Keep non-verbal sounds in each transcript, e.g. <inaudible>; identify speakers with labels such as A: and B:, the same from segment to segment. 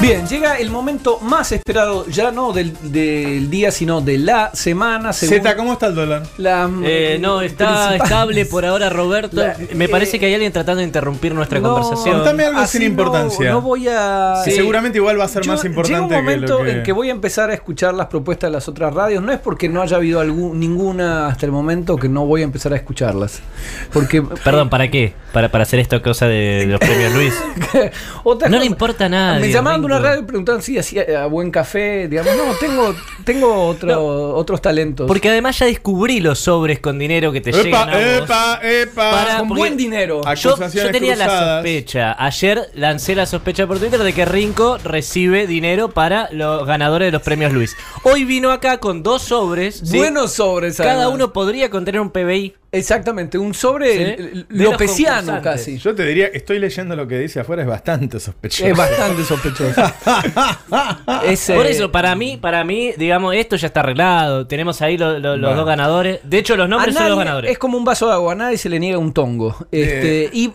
A: Bien, llega el momento más esperado, ya no del, del día, sino de la semana, según
B: Zeta, ¿cómo está el dólar?
A: la-
C: Eh, no, está
A: principal-
C: estable por ahora Roberto.
A: La-
C: Me parece
A: eh,
C: que hay alguien tratando de interrumpir nuestra
A: No,
C: conversación.
B: Contame algo
A: así
B: sin
A: no-
B: importancia.
A: No, voy a...
B: Que
C: Sí.
B: seguramente igual va a ser
A: Yo-
B: más importante
A: llega un momento
B: que lo que...
A: en que voy a empezar a escuchar las propuestas de las otras radios. No es porque no haya habido algún- ninguna hasta el momento que no voy a empezar a escucharlas. Porque <laughs>
C: Perdón, ¿para qué? Para, para hacer esto cosa de los premios Luis.
A: otras
C: No le
A: cosas-
C: importa nada.
A: Me llamaban de una radio y preguntaban si hacía a buen café. Digamos, no, tengo, tengo otro- otros talentos.
C: Porque además ya descubrí los sobres con dinero que te llegan a
B: Epa,
C: vos.
B: epa, epa.
C: Para-
A: con
C: porque-
A: buen dinero.
C: Yo,
B: Acusaciones
C: yo tenía la
B: cruzadas.
C: sospecha. Ayer lancé la sospecha por Twitter de que Rinco recibe dinero para los ganadores de los premios Luis. Hoy vino acá con dos sobres. ¿sí?
A: Buenos sobres.
C: Cada
A: además.
C: uno podría contener un PBI.
A: Exactamente, un sobre
C: Sí.
A: l- l-
C: De los
A: lopeciano
C: concursantes.
A: casi.
B: Yo te diría que estoy leyendo lo que dice afuera, es bastante sospechoso.
A: Es bastante
C: <laughs>
A: sospechoso. Es, eh,
C: Por eso, para mí, para mí, digamos, esto ya está arreglado. Tenemos ahí lo- lo- los
B: Bueno.
C: dos ganadores. De hecho, los
A: a
C: nombres son
A: nadie-
C: los ganadores.
A: Es como un vaso de agua, a nadie se le niega un tongo. Este, Y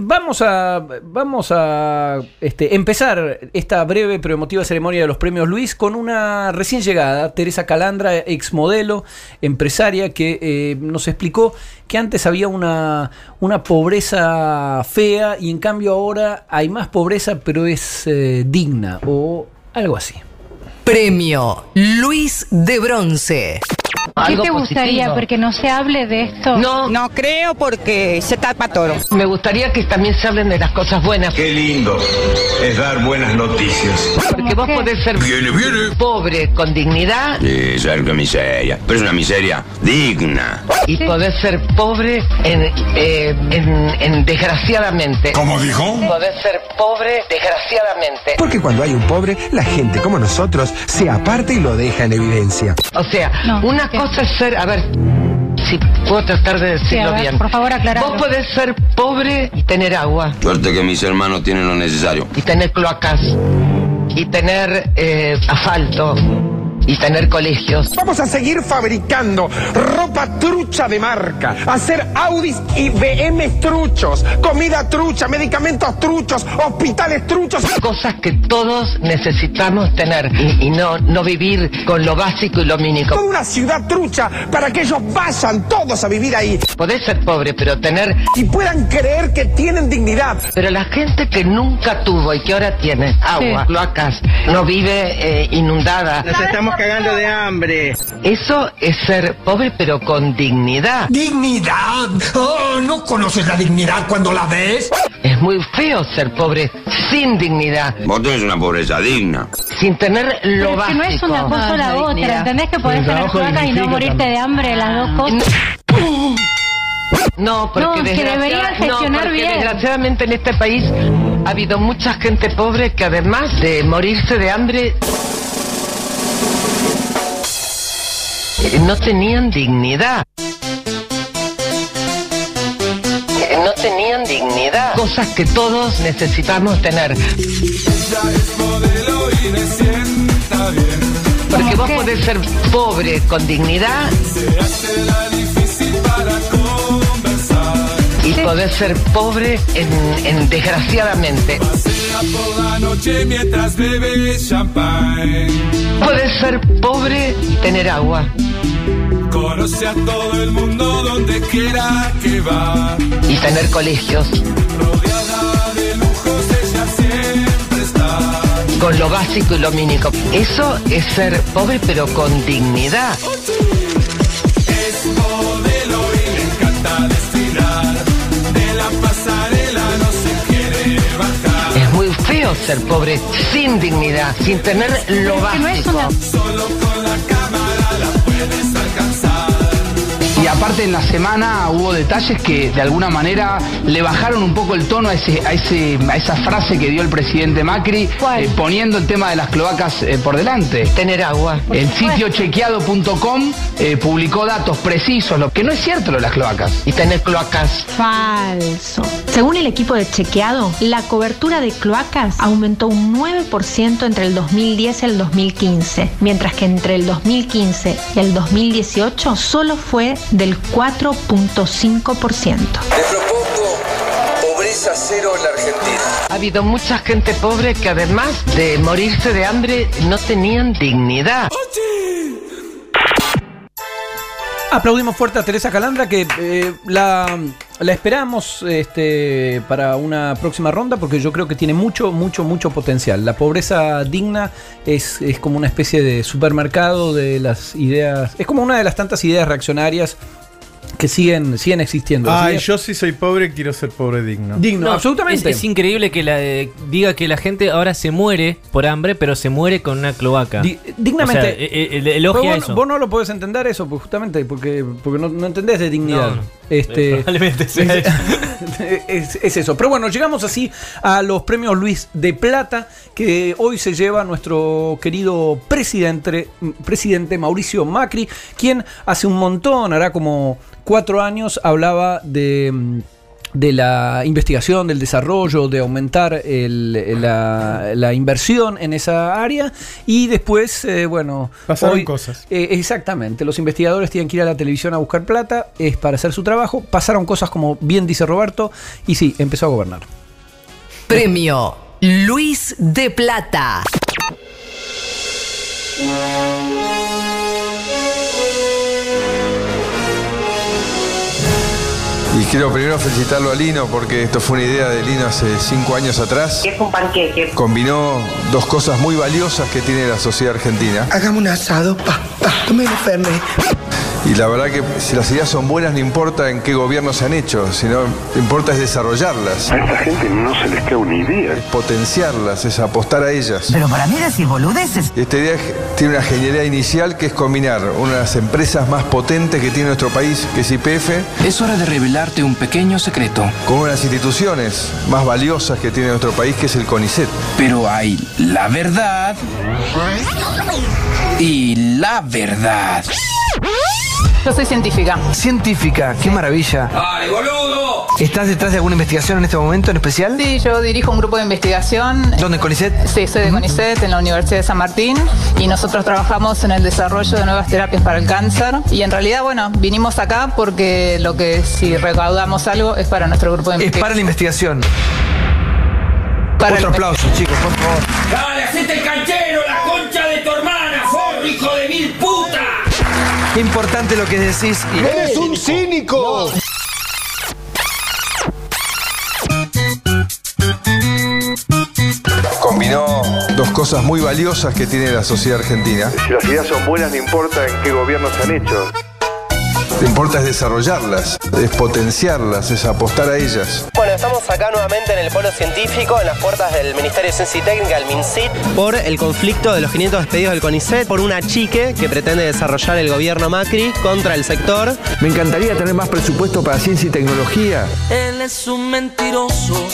A: vamos a, vamos a este, empezar esta breve pero emotiva ceremonia de los premios Luis con una recién llegada, Teresa Calandra, exmodelo, empresaria, que eh, nos explicó que antes había una, una pobreza fea y en cambio ahora hay más pobreza pero es eh, digna o algo así.
D: Premio Luis de Bronce.
E: ¿Qué
F: Algo
E: te gustaría?
F: positivo.
E: Porque no se hable de esto.
F: No,
G: No creo porque se tapa toro.
F: me gustaría que también se hablen de las cosas buenas.
H: Qué lindo es dar buenas noticias.
F: Porque vos
E: qué?
F: podés ser
H: Viene, viene.
F: pobre con dignidad
H: Es algo miseria, pero es una miseria digna.
F: y podés ser pobre en, eh, en- en- desgraciadamente.
H: ¿Cómo dijo?
F: Podés ser pobre desgraciadamente.
I: Porque cuando hay un pobre, la gente como nosotros se aparta y lo deja en evidencia.
F: O sea,
E: No,
F: una
E: ¿qué?
F: cosa es ser, a ver, si puedo tratar de
E: Sí, a
F: decirlo
E: ver,
F: bien.
E: Por favor, aclararlo.
F: Vos podés ser pobre y tener agua,
H: Suerte que mis hermanos tienen lo necesario.
F: y tener cloacas, y tener eh, asfalto, y tener colegios.
I: Vamos a seguir fabricando ropa trucha de marca, hacer Audis y BM truchos, comida trucha, medicamentos truchos, hospitales truchos.
F: cosas que todos necesitamos tener y, y no, no vivir con lo básico y lo
I: Toda
F: mínimo.
I: una ciudad trucha para que ellos vayan todos a vivir ahí
F: Podés ser pobre, pero tener...
I: y puedan creer que tienen dignidad.
F: Pero la gente que nunca tuvo y que ahora tiene agua,
E: Sí.
F: cloacas, no vive eh, inundada. Nos estamos cagando de hambre. Eso es ser pobre, pero con dignidad.
I: ¿Dignidad? Oh, no conoces la dignidad cuando la ves.
F: Es muy feo ser pobre sin dignidad,
H: Vos tenés una pobreza digna.
F: sin tener
E: Pero
F: lo
E: es que
F: básico.
E: no es una cosa o la otra. ¿Entendés que podés tener cloaca y no morirte de hambre las dos cosas?
F: No, porque,
E: No, que
F: desgraciada-
E: deberían
F: no,
E: gestionar
F: porque
E: bien.
F: desgraciadamente en este país ha habido mucha gente pobre que además de morirse de hambre eh, no tenían dignidad. Eh, No tenían dignidad. Cosas que todos necesitamos tener. Porque
E: ¿Cómo
F: vos
E: qué?
F: podés ser pobre con dignidad. Y podés ser pobre en, en- desgraciadamente. Podés ser pobre y tener agua.
J: Conoce a todo el mundo donde quiera que va.
F: Y tener colegios.
J: Rodeada de lujos, ella siempre está.
F: Con lo básico y lo mínimo. Eso es ser pobre pero con dignidad.
J: Es modelo y le encanta desfilar. De la pasarela no se quiere bajar.
F: Es muy feo ser pobre sin dignidad, sin tener lo
E: Pero es que no es
F: básico.
E: una-
J: Solo con la cámara la puedes alcanzar.
K: Y aparte en la semana hubo detalles que de alguna manera le bajaron un poco el tono a, ese, a, ese, a esa frase que dio el presidente Macri, eh, poniendo el tema de las cloacas eh, por delante. Tener agua. El sitio chequeado.com eh, publicó datos precisos, lo que no es cierto lo de las cloacas. Y tener cloacas.
L: Falso. Según el equipo de chequeado, la cobertura de cloacas aumentó un 9% entre el 2010 y el 2015, mientras que entre el 2015 y el 2018 solo fue del 4.5%.
M: Le propongo pobreza cero en la Argentina.
E: Ha habido mucha gente pobre que además de morirse de hambre no tenían dignidad.
A: Aplaudimos fuerte a Teresa Calandra que eh, la, la esperamos este, para una próxima ronda porque yo creo que tiene mucho, mucho, mucho potencial. La pobreza digna es, es como una especie de supermercado de las ideas, es como una de las tantas ideas reaccionarias que siguen, siguen existiendo.
B: <laughs> Ay,
A: Siguen-
B: yo si soy pobre, quiero ser pobre digno.
A: Digno,
C: No,
A: absolutamente.
C: Es, es increíble que la, eh, diga que la gente ahora se muere por hambre, pero se muere con una cloaca.
A: Di- dignamente.
C: O sea, eh, eh, el- elogia
A: Pero vos,
C: eso.
A: vos no lo podés entender eso, pues, justamente porque, porque no, no entendés de dignidad.
C: No, no.
A: Este,
C: Eh, probablemente sea
A: es, <laughs> es- es eso. Pero bueno, llegamos así a los premios Luis de Plata que hoy se lleva nuestro querido presidente, presidente Mauricio Macri, quien hace un montón, hará como cuatro años, hablaba de... mm, de la investigación, del desarrollo, de aumentar el- la, la inversión en esa área y después, eh, bueno...
B: Pasaron
A: hoy-
B: cosas.
A: eh, exactamente, los investigadores tienen que ir a la televisión a buscar plata, es para hacer su trabajo, pasaron cosas como bien dice Roberto y sí, empezó a gobernar.
D: Premio Luis de Plata.
I: Y quiero primero felicitarlo a Lino porque esto fue una idea de Lino hace cinco años atrás.
N: Es un panqueque.
I: Combinó dos cosas muy valiosas que tiene la sociedad argentina.
N: Hagamos un asado, pa, pa, tome la fernet.
I: Y la verdad que si las ideas son buenas no importa en qué gobierno se han hecho, sino lo que importa es desarrollarlas.
O: A esta gente no se les cae una idea.
I: Es Potenciarlas, es apostar a ellas.
O: Pero para mí decís
I: boludeces. Esta idea es- Este tiene una genialidad inicial que es combinar una de las empresas más potentes que tiene nuestro país, que es IPF,
K: Es hora de revelarte un pequeño secreto.
I: con una de las instituciones más valiosas que tiene nuestro país, que es el CONICET.
K: Pero hay la verdad y la verdad.
P: Yo soy científica.
K: Científica, qué maravilla. ¡Ay, boludo! ¿Estás detrás de alguna investigación en este momento en especial?
P: Sí, yo dirijo un grupo de investigación.
K: ¿Dónde, Conicet?
P: Sí, soy de CONICET en la Universidad de San Martín y nosotros trabajamos en el desarrollo de nuevas terapias para el cáncer. Y en realidad, bueno, vinimos acá porque lo que si recaudamos algo es para nuestro grupo de
K: Es para
P: investigación.
K: la investigación.
P: Em, eh, Para
K: Otro
P: la-
K: aplauso, chicos, por favor.
Q: ¡Dale, hacete el canchero, la concha de tu hermana, forro, hijo de mil puta!
K: Qué importante lo que decís. y-
Q: ¡Eres un
K: cínico!
I: Combinó dos cosas muy valiosas que tiene la sociedad argentina.
O: Si las ideas son buenas, no importa en qué gobierno se han hecho.
I: Lo que importa es desarrollarlas, es potenciarlas, es apostar a ellas.
R: Bueno, estamos acá nuevamente en el Polo Científico, en las puertas del Ministerio de Ciencia y Técnica, el MINCIT, por el conflicto de los 500 despedidos del CONICET, por una chique que pretende desarrollar el gobierno Macri contra el sector.
K: Me encantaría tener más presupuesto para ciencia y tecnología.
Q: Él es un mentiroso,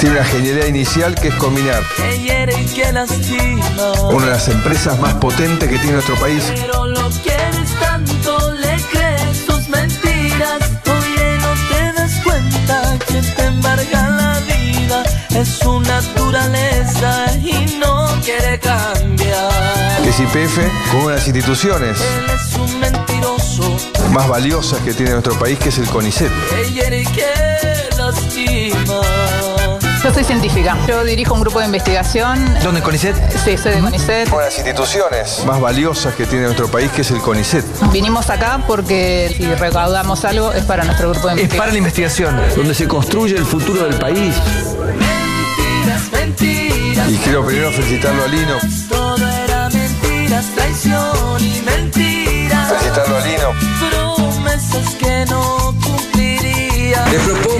I: Tiene una genialidad inicial que es combinar
Q: que hiere y que lastima.
I: una de las empresas más potentes que tiene nuestro país,
Q: Pero lo quieres tanto, le crees sus mentiras. Oye, no te das cuenta que te embarga la vida. Es su naturaleza y no quiere cambiar.
I: que es IPF, con una de las instituciones
Q: Él es un mentiroso,
I: más valiosas que tiene nuestro país, que es el CONICET.
Q: que hiere y que lastima.
P: Yo soy científica. Yo dirijo un grupo de investigación.
I: ¿Dónde, CONICET?
P: Sí, soy de CONICET.
I: Una de las instituciones más valiosas que tiene nuestro país, que es el CONICET.
P: Vinimos acá porque si recaudamos algo es para nuestro grupo de
K: Es
P: investigación.
K: para la investigación. Donde se construye el futuro del país.
Q: Mentiras, mentiras.
I: Y quiero primero felicitarlo a Lino,
Q: Todo era mentiras, traición y mentiras.
I: felicitarlo a Lino.
Q: Promesas que no cumpliría.
I: Le propongo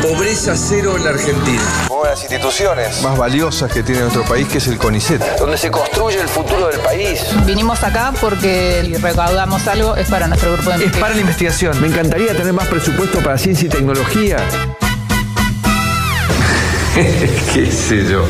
M: Pobreza cero en la Argentina.
I: Una de las instituciones más valiosas que tiene nuestro país, que es el CONICET.
M: Donde se construye el futuro del país.
P: Vinimos acá porque si recaudamos algo es para nuestro grupo de
S: Es para la investigación. Me encantaría tener más presupuesto para ciencia y tecnología. <laughs>
I: ¿Qué sé yo?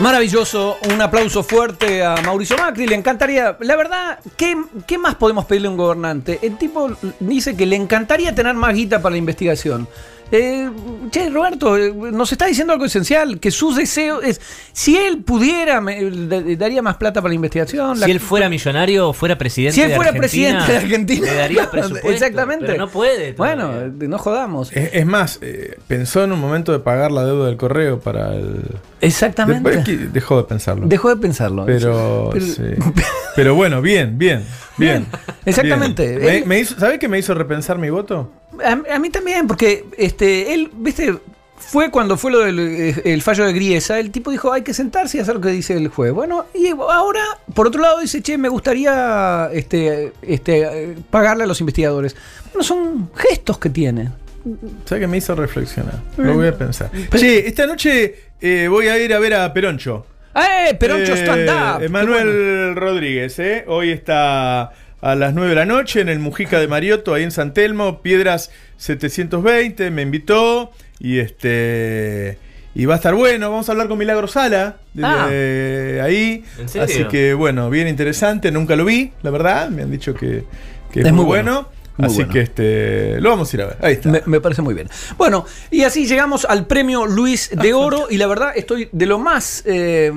A: Maravilloso, un aplauso fuerte a Mauricio Macri, le encantaría, la verdad, ¿qué, qué más podemos pedirle a un gobernante? El tipo dice que le encantaría tener más guita para la investigación. Eh, che, Roberto, eh, nos está diciendo algo esencial, que su deseo es, si él pudiera, me- le daría más plata para la investigación. la-
C: Si él fuera millonario o fuera presidente
A: si él
C: de
A: fuera
C: Argentina,
A: presidente de Argentina,
C: Le daría
A: <laughs>
C: presupuesto.
A: Exactamente.
C: pero no puede.
A: Bueno, eh, no jodamos.
B: Es, es más, eh, pensó en un momento de pagar la deuda del correo para el.
A: Exactamente.
B: Después que dejó de pensarlo.
A: Dejó de pensarlo.
B: Pero.
A: Pero-
B: sí. Pero bueno, bien, bien, bien.
A: exactamente.
B: bien. Me-
A: Él-
B: me hizo- ¿Sabés qué me hizo repensar mi voto?
A: A, a mí también, porque este, él, viste, fue cuando fue lo del eh, el fallo de Griesa, el tipo dijo, hay que sentarse y hacer lo que dice el juez. Bueno, y ahora, por otro lado, dice, che, me gustaría este, este, eh, pagarle a los investigadores. Bueno, son gestos que tiene.
B: ¿Sabés qué me hizo reflexionar? Lo voy a pensar. Che, esta noche eh, voy a ir a ver a Peroncho.
A: ¡Eh, Peroncho
B: Eh,
A: stand-up!
B: Emanuel Rodríguez, ¿eh? Hoy está a las 9 de la noche en el Mujica de Mariotto, ahí en San Telmo, Piedras 720, me invitó y este... Y va a estar bueno, vamos a hablar con Milagro Sala desde ahí.
C: ¿En serio?
B: Así que bueno, bien interesante, nunca lo vi, la verdad, me han dicho que, que es, muy bueno.
A: Muy
B: así
A: bueno.
B: que este lo vamos a ir a ver. Ahí está.
A: Me, me parece muy bien. Bueno, y así llegamos al premio Luis
B: <laughs>
A: de Oro y la verdad estoy de lo más... eh,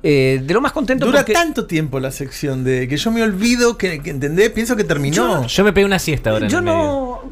A: eh, de lo más contento
B: Dura
A: porque-
B: tanto tiempo la sección de que yo me olvido que, que entendés, pienso que terminó.
C: Yo, yo me pegué una siesta ahora. en
A: Yo
C: el
A: no.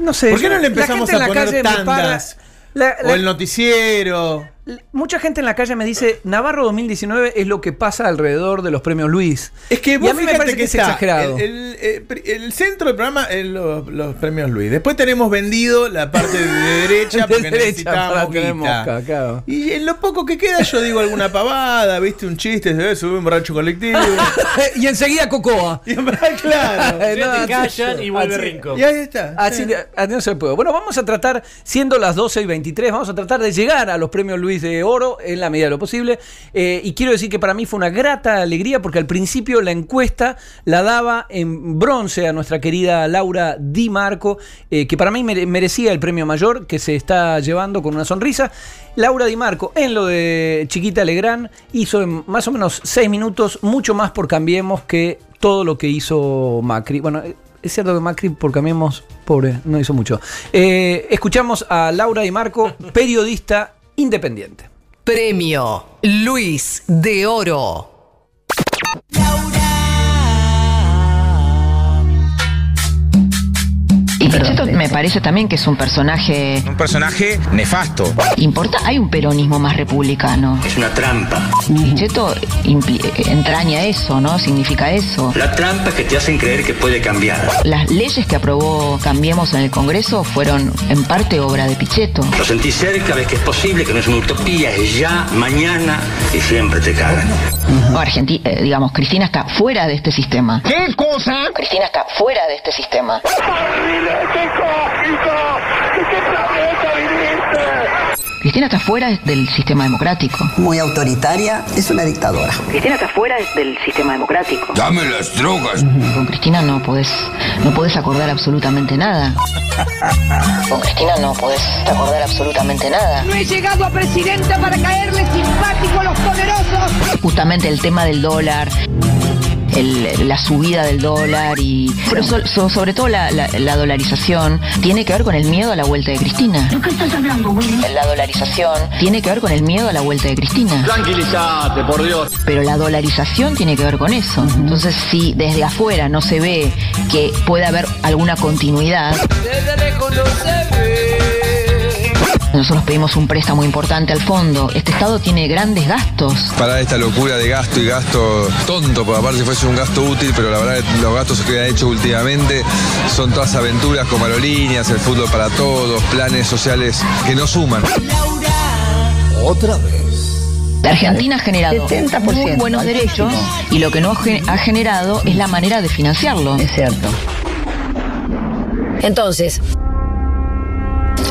A: No sé.
B: ¿Por qué
A: yo-
B: no le
A: la
B: empezamos
A: gente en
B: a
A: la
B: poner
A: calle me
B: tandas?
A: para- la- la-
B: o el noticiero.
A: la- mucha gente en la calle me dice Navarro 2019 es lo que pasa alrededor de los premios Luis.
B: Es que
A: y
B: vos
A: a mí me
B: fíjate
A: parece que, es
B: está
A: exagerado.
B: El, el- eh, el centro del programa es los, los premios Luis. Después tenemos vendido la parte de derecha porque
A: De derecha para
B: necesitamos
A: tener
B: guita.
A: mosca, claro.
B: Y en lo poco que queda yo digo alguna pavada, viste un chiste, eh, sube un borracho colectivo.
A: <laughs> y enseguida Cocoa.
B: Y en verdad, claro.
A: <laughs> Eh, no,
C: te callan
A: así-
C: y vuelve
A: así-
C: Rincón.
B: Y ahí está.
A: Así, así no se puede. Bueno, vamos a tratar, siendo las 12 y 23, vamos a tratar de llegar a los premios Luis de Oro en la medida de lo posible. Eh, y quiero decir que para mí fue una grata alegría porque al principio la encuesta la daba en bronce a nuestra querida Laura Di Marco, eh, que para mí mere- merecía el premio mayor que se está llevando con una sonrisa. Laura Di Marco, en lo de Chiquita Legrand, hizo en más o menos 6 minutos, mucho más por Cambiemos que todo lo que hizo Macri. Bueno, eh, es cierto que Macri, por Cambiemos, pobre, no hizo mucho. Eh, escuchamos a Laura Di Marco, periodista independiente.
D: Premio Luis de Oro.
E: Y Pichetto me parece también que es un personaje
T: Un personaje nefasto.
E: importa. Hay un peronismo más republicano.
T: Es una trampa.
E: Pichetto impli- entraña eso, ¿no? Significa eso.
T: La trampa que te hacen creer que puede cambiar.
E: Las leyes que aprobó Cambiemos en el Congreso fueron en parte obra de Pichetto.
T: Lo sentí cerca, ves que es posible, que no es una utopía, es ya, mañana y siempre te cagan.
E: Argentina, eh, digamos, Cristina está fuera de este sistema.
T: ¿Qué cosa?
E: Cristina está fuera de este sistema. Cristina está fuera del sistema democrático. Muy autoritaria, es una dictadora. Cristina está fuera del sistema democrático.
H: Dame las drogas.
E: Con Cristina no podés, no podés acordar absolutamente nada. Con Cristina no podés acordar absolutamente nada.
G: No he llegado a presidenta para caerle simpático a los poderosos.
E: Justamente el tema del dólar, el- la subida del dólar y pero so- so- sobre todo la, la- la dolarización tiene que ver con el miedo a la vuelta de Cristina. ¿De qué estás hablando, La dolarización tiene que ver con el miedo a la vuelta de Cristina.
T: Tranquilízate, por Dios.
E: Pero la dolarización tiene que ver con eso. Entonces, si desde afuera no se ve que puede haber alguna continuidad, nosotros pedimos un préstamo importante al fondo. Este Estado tiene grandes gastos.
I: Para esta locura de gasto y gasto tonto, porque aparte fuese un gasto útil, pero la verdad los gastos que han hecho últimamente son todas aventuras como aerolíneas, el fútbol para todos, planes sociales que no suman.
E: Otra vez. La Argentina ha generado muy buenos derechos y lo que no ge- ha generado es la manera de financiarlo. Es cierto.
U: Entonces,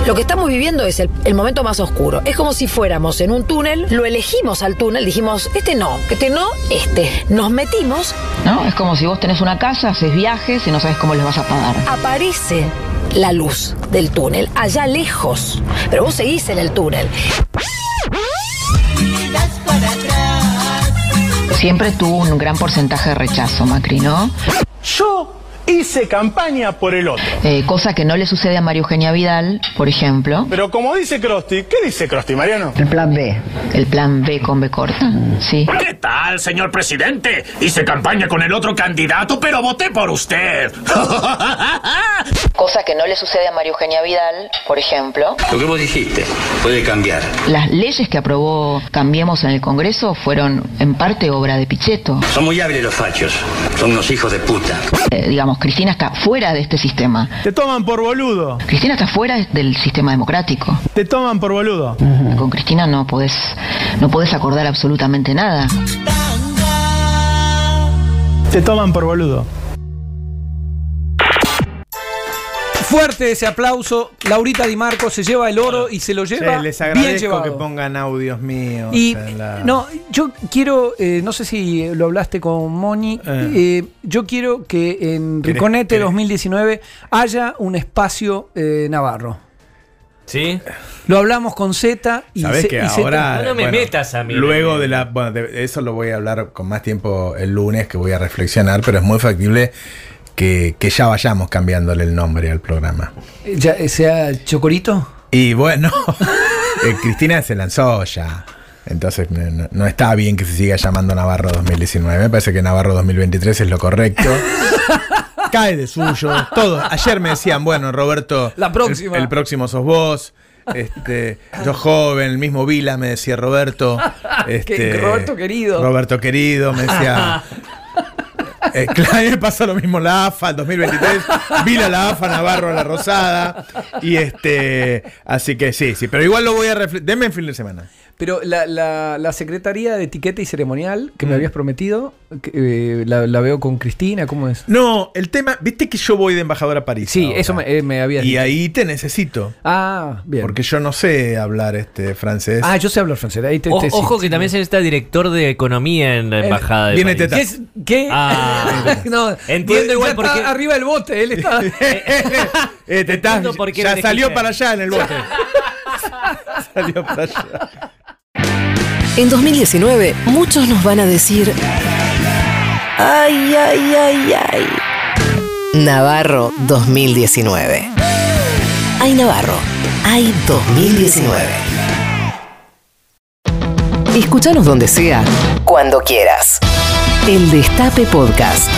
U: Lo que estamos viviendo es el, el momento más oscuro. Es como si fuéramos en un túnel, lo elegimos al túnel, dijimos, este no, este no, este. Nos metimos,
E: ¿No? Es como si vos tenés una casa, haces viajes y no sabes cómo les vas a pagar.
U: aparece la luz del túnel, allá lejos. Pero vos seguís en el túnel.
E: Siempre tuvo un gran porcentaje de rechazo, Macri, ¿no?
V: Yo hice campaña por el otro.
E: Eh, cosa que no le sucede a María Eugenia Vidal, por ejemplo.
V: Pero como dice Crosti, ¿qué dice Crosti, Mariano?
E: El plan B. El plan B con B corta. Sí.
T: ¿Qué tal, señor presidente? Hice campaña con el otro candidato, pero voté por usted. <laughs>
E: Cosa que no le sucede a María Eugenia Vidal, por ejemplo.
T: Lo que vos dijiste puede cambiar.
E: Las leyes que aprobó Cambiemos en el Congreso fueron en parte obra de Pichetto.
T: Son muy hábiles los fachos. Son unos hijos de puta.
E: Eh, digamos, Cristina está fuera de este sistema.
V: Te toman por boludo.
E: Cristina está fuera del sistema democrático.
V: Te toman por boludo.
E: Con Cristina no podés, no podés acordar absolutamente nada.
V: Te toman por boludo.
A: Fuerte ese aplauso. Laurita Di Marco se lleva el oro y se lo lleva
B: Che, les
A: bien
B: agradezco
A: llevado.
B: que pongan audios míos.
A: Y
B: en la-
A: no, yo quiero, eh, no sé si lo hablaste con Moni, eh, yo quiero que en
B: ¿Querés-
A: Riconete
B: querés?
A: 2019 haya un espacio eh, navarro.
C: ¿Sí?
A: Lo hablamos con Z y
B: Sabés
A: Z-
B: que
A: y Z-
B: ahora.
C: No, no me
B: bueno,
C: metas a mí.
B: Luego de la. Bueno, de- eso lo voy a hablar con más tiempo el lunes, que voy a reflexionar, pero es muy factible que, que ya vayamos cambiándole el nombre al programa.
A: ya, eh, sea Chocorito.
B: Y bueno, <laughs> eh, Cristina se lanzó ya. Entonces no, no- no está bien que se siga llamando Navarro 2019. Me parece que Navarro 2023 es
A: <laughs>
B: lo correcto. Cae de suyo. Todo. Ayer me decían, bueno, Roberto,
A: La próxima.
B: El, el próximo sos vos. Este, yo joven, el mismo Vila me decía Roberto. Este,
A: Que- Roberto querido.
B: Roberto querido, me
A: <laughs>
B: decía. Eh, claro, me pasa lo mismo la AFA en 2023. Vila la AFA, Navarro la Rosada. Y este. Así que sí, sí. Pero igual lo voy a reflexionar. Denme el fin de semana.
A: Pero la, la- la Secretaría de Etiqueta y Ceremonial que me habías prometido, que, eh, la, la veo con Cristina, ¿cómo es?
B: No, el tema. Viste que yo voy de embajador a París.
A: Sí,
B: ahora.
A: eso me, eh, me habías
B: Y
A: dicho.
B: ahí te necesito.
A: Ah, bien.
B: Porque yo no sé hablar este francés.
A: Ah, yo sé hablar francés. Ahí te,
C: O-
A: te- sí,
C: ojo
A: sí. Eh,
C: que también se necesita director de economía en la embajada de
B: viene
C: París.
B: Teta.
A: ¿Qué? es- qué? <laughs>
C: Ah.
A: No,
C: Entiendo
A: ya
C: igual
A: está
C: por qué-
A: Arriba el bote, él está.
B: <laughs>
C: <laughs>
B: Eh, te estás-
C: Entiendo por qué
B: ya
C: me
B: salió
C: dijiste.
B: para allá en el
A: <laughs>
B: bote. salió para allá.
D: En 2019, muchos nos van a decir. Ay, ay, ay, ay. Navarro 2019. Ay, Navarro. Ay, 2019. Escúchanos donde sea. Cuando quieras. El Destape Podcast.